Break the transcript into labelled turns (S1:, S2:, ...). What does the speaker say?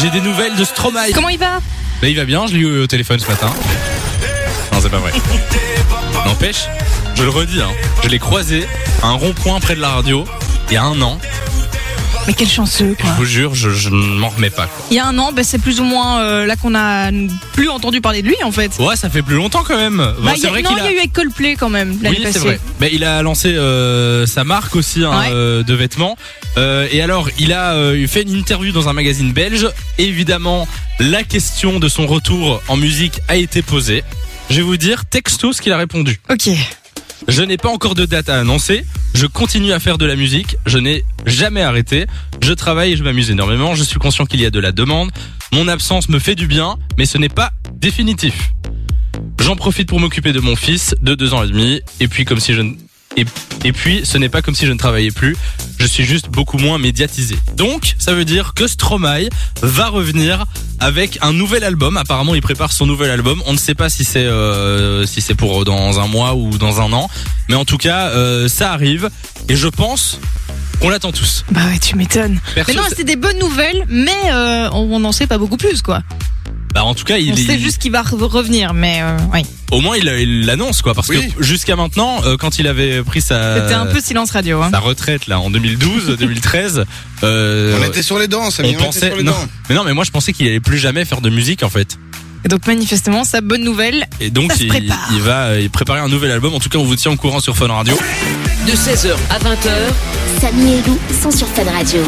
S1: J'ai des nouvelles de Stromae.
S2: Comment il va
S1: Bah, il va bien, je l'ai eu au téléphone ce matin. Non, c'est pas vrai. N'empêche, je le redis, hein, je l'ai croisé à un rond-point près de la radio il y a un an.
S2: Mais quel chanceux
S1: Je
S2: quoi.
S1: vous jure, je, je ne m'en remets pas.
S2: Il y a un an, ben, c'est plus ou moins euh, là qu'on a plus entendu parler de lui en fait.
S1: Ouais, ça fait plus longtemps quand même. Bon,
S2: Bah, il y
S1: c'est
S2: a-
S1: vrai
S2: non,
S1: qu'il
S2: il
S1: a...
S2: y a eu avec Coldplay quand même l'année
S1: Oui, c'est
S2: passée.
S1: vrai. Mais il a lancé euh, sa marque aussi hein,
S2: Ouais.
S1: euh, de vêtements. Euh, et alors, il a euh, fait une interview dans un magazine belge. Évidemment, la question de son retour en musique a été posée. Je vais vous dire texto ce qu'il a répondu.
S2: Ok.
S1: Je n'ai pas encore de date à annoncer. Je continue à faire de la musique. Je n'ai jamais arrêté. Je travaille et je m'amuse énormément. Je suis conscient qu'il y a de la demande. Mon absence me fait du bien, mais ce n'est pas définitif. J'en profite pour m'occuper de mon fils de deux ans et demi. Et puis, comme si je ne- et, et puis, ce n'est pas comme si je ne travaillais plus. Je suis juste beaucoup moins médiatisé. Donc, ça veut dire que Stromae va revenir avec un nouvel album. Apparemment, il prépare son nouvel album. On ne sait pas si c'est euh, si c'est pour dans un mois ou dans un an. Mais en tout cas, euh, ça arrive. Et je pense qu'on l'attend tous.
S2: Bah ouais, tu m'étonnes.
S1: Perso,
S2: Mais non,
S1: c'est-
S2: c'est des bonnes nouvelles, mais euh, on n'en sait pas beaucoup plus quoi.
S1: bah, en tout cas, il
S2: on
S1: est
S2: sait juste qu'il va re- revenir, mais euh, oui.
S1: au moins il il l'annonce quoi. Parce
S3: Oui.
S1: que jusqu'à maintenant, euh, quand il avait pris sa
S2: C'était un peu silence radio. Hein.
S1: sa retraite là en 2012, 2013. euh,
S3: On était sur les dents, ça
S1: on pensait
S3: sur les
S1: non,
S3: dents.
S1: mais non mais moi je pensais qu'il allait plus jamais faire de musique en fait
S2: Et donc manifestement, sa bonne nouvelle,
S1: et donc
S2: Ça se
S1: il,
S2: prépare.
S1: il va euh, préparer un nouvel album en tout cas on vous tient au courant sur Fun Radio
S4: De 16h à 20h,
S5: Samy et Lou sont sur Fan Radio.